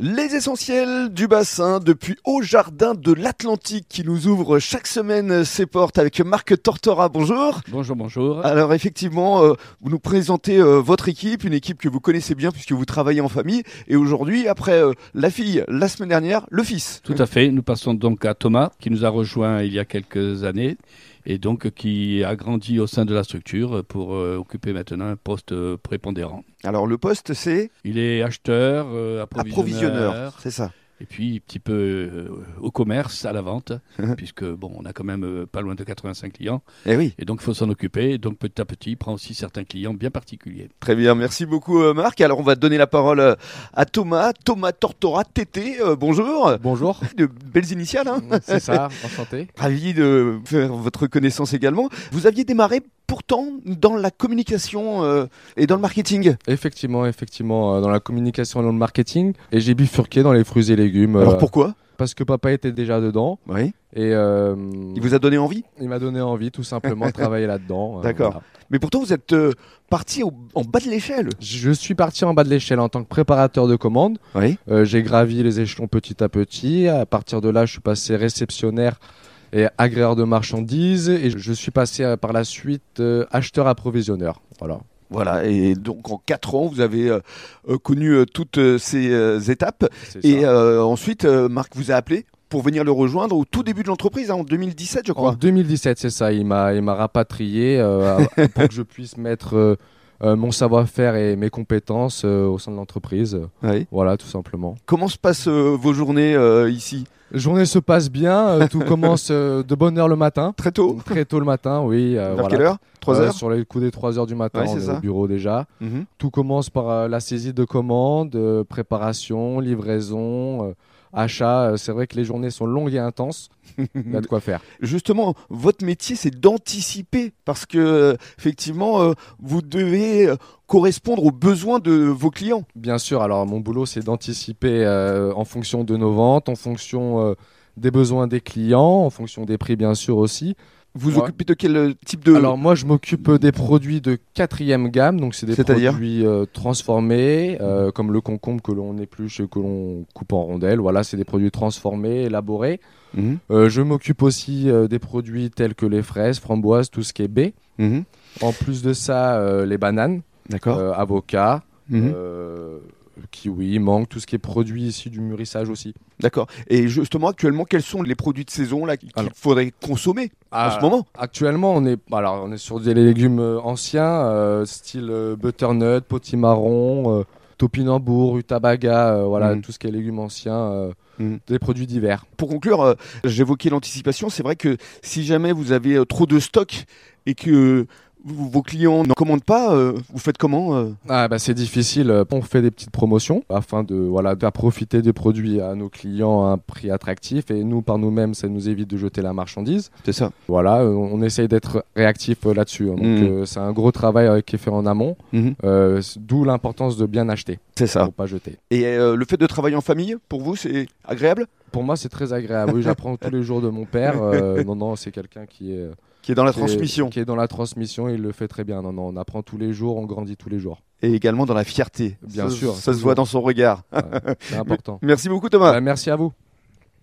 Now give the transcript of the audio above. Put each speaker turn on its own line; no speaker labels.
Les essentiels du bassin depuis Au Jardin de l'Atlantique qui nous ouvre chaque semaine ses portes avec Marc Tortora. Bonjour.
Bonjour, bonjour.
Alors effectivement, euh, vous nous présentez euh, votre équipe, une équipe que vous connaissez bien puisque vous travaillez en famille. Et aujourd'hui, après euh, la fille, la semaine dernière, le fils.
Tout à fait. Nous passons donc à Thomas, qui nous a rejoint il y a quelques années et donc euh, qui a grandi au sein de la structure euh, pour euh, occuper maintenant un poste euh, prépondérant.
Alors le poste, c'est
Il est acheteur, euh, approvisionneur,
approvisionneur. C'est ça.
et puis un petit peu euh, au commerce, à la vente, puisque bon, on a quand même euh, pas loin de 85 clients,
Eh oui.
et donc il faut s'en occuper. Et donc petit à petit, il prend aussi certains clients bien particuliers.
Très bien. Merci beaucoup euh, Marc. Alors on va donner la parole euh, à Thomas. Thomas Tortora, TT. euh, bonjour.
Bonjour.
De belles initiales. Hein
C'est ça, enchanté.
Ravi de faire votre connaissance également. Vous aviez démarré pourtant dans la communication euh, et dans le marketing.
Effectivement, effectivement, euh, dans la communication et dans le marketing. Et j'ai bifurqué dans les fruits et légumes. euh,
Alors pourquoi
Parce que papa était déjà dedans.
Oui.
Et euh,
Il vous a donné envie
il m'a donné envie, tout simplement, de travailler là-dedans. euh,
D'accord.
voilà.
Mais pourtant vous êtes euh, parti au- en bas de l'échelle.
Je suis parti en bas de l'échelle en tant que préparateur de commandes.
Oui.
Euh, j'ai gravi les échelons petit à petit. À partir de là, je suis passé réceptionnaire et agréeur de marchandises. Et je suis passé euh, par la suite euh, acheteur-approvisionneur. Voilà.
Voilà. Et donc en quatre ans vous avez euh, euh, connu euh, toutes euh, ces euh, étapes.
C'est ça.
Et euh, ensuite euh, Marc vous a appelé pour venir le rejoindre au tout début de l'entreprise hein, en 2017 je
En
crois.
2017, c'est ça. Il m'a, il m'a rapatrié euh, à- pour que je puisse mettre euh, euh, mon savoir-faire et mes compétences euh, au sein de l'entreprise.
Oui.
Voilà, tout simplement.
Comment se passent euh, vos journées euh, ici
La journée se passe bien. euh, tout commence euh, de bonne heure le matin.
Très tôt.
Très tôt le matin, oui. euh,
Oh. Vers
voilà.
quelle heure 3
Euh,
heures.
Sur les coups des 3 heures du matin,
Ouais, c'est
on est
ça.
au bureau déjà.
Mhm.
Tout commence par euh, la saisie de commandes, euh, préparation, livraison, euh, achat. Euh, C'est vrai que les journées sont longues et intenses. Il y a de quoi faire.
justement, votre métier, c'est d'anticiper parce que euh, effectivement, euh, vous devez euh, correspondre aux besoins de vos clients.
Bien sûr, alors mon boulot c'est d'anticiper euh, en fonction de nos ventes, en fonction euh, des besoins des clients, en fonction des prix bien sûr aussi.
Vous
Ouais.
occupez de quel euh, type de
Alors moi je m'occupe des produits de quatrième gamme, donc c'est des
C'est-à-dire
produits euh, transformés, euh, comme le concombre que l'on épluche et que l'on coupe en rondelles. Voilà, c'est des produits transformés, élaborés.
Mhm,
Euh, je m'occupe aussi euh, des produits tels que les fraises, framboises, tout ce qui est baie.
mhm,
En plus de ça, euh, les bananes,
D'accord.
euh, avocats,
mhm,
euh, kiwi, mangue, tout ce qui est produit ici du mûrissage aussi.
D'accord. Et justement, actuellement, quels sont les produits de saison là qu'il
Alors-
faudrait consommer en ce moment
Ah, Actuellement, on est, bah, alors, on est sur des légumes euh, anciens, euh, style euh, butternut, potimarron, euh, topinambour, rutabaga, euh, voilà,
Mhm.
tout ce qui est légumes anciens, euh,
Mhm.
des produits divers.
Pour conclure, euh, j'évoquais l'anticipation. C'est vrai que si jamais vous avez euh, trop de stock et que vous- vos clients n'en commandent pas, euh, vous faites comment euh
Ah, bah, c'est difficile, euh, on fait des petites promotions afin de voilà, de faire profiter des produits à nos clients à un prix attractif et nous, par nous-mêmes, ça nous évite de jeter la marchandise.
C'est ça.
Voilà, euh, on essaye d'être réactif euh, là-dessus. hein. Donc
Mhm.
euh, c'est un gros travail euh, qui est fait en amont,
Mhm.
Euh, c'est- d'où l'importance de bien acheter
C'est ça.
pour pas jeter.
Et euh, le fait de travailler en famille, pour vous, c'est agréable
Pour moi, c'est très agréable. Oui, j'apprends tous les jours de mon père. Euh, non, non, c'est quelqu'un qui est euh,
qui est dans la
qui est-
transmission
qui est dans la transmission. Il le fait très bien. Non, non, on apprend tous les jours, on grandit tous les jours.
et également dans la fierté.
Bien
Ça-
sûr,
Ça se
toujours.
voit dans son regard.
C'est important.
Merci beaucoup Thomas.
Bah, merci à vous.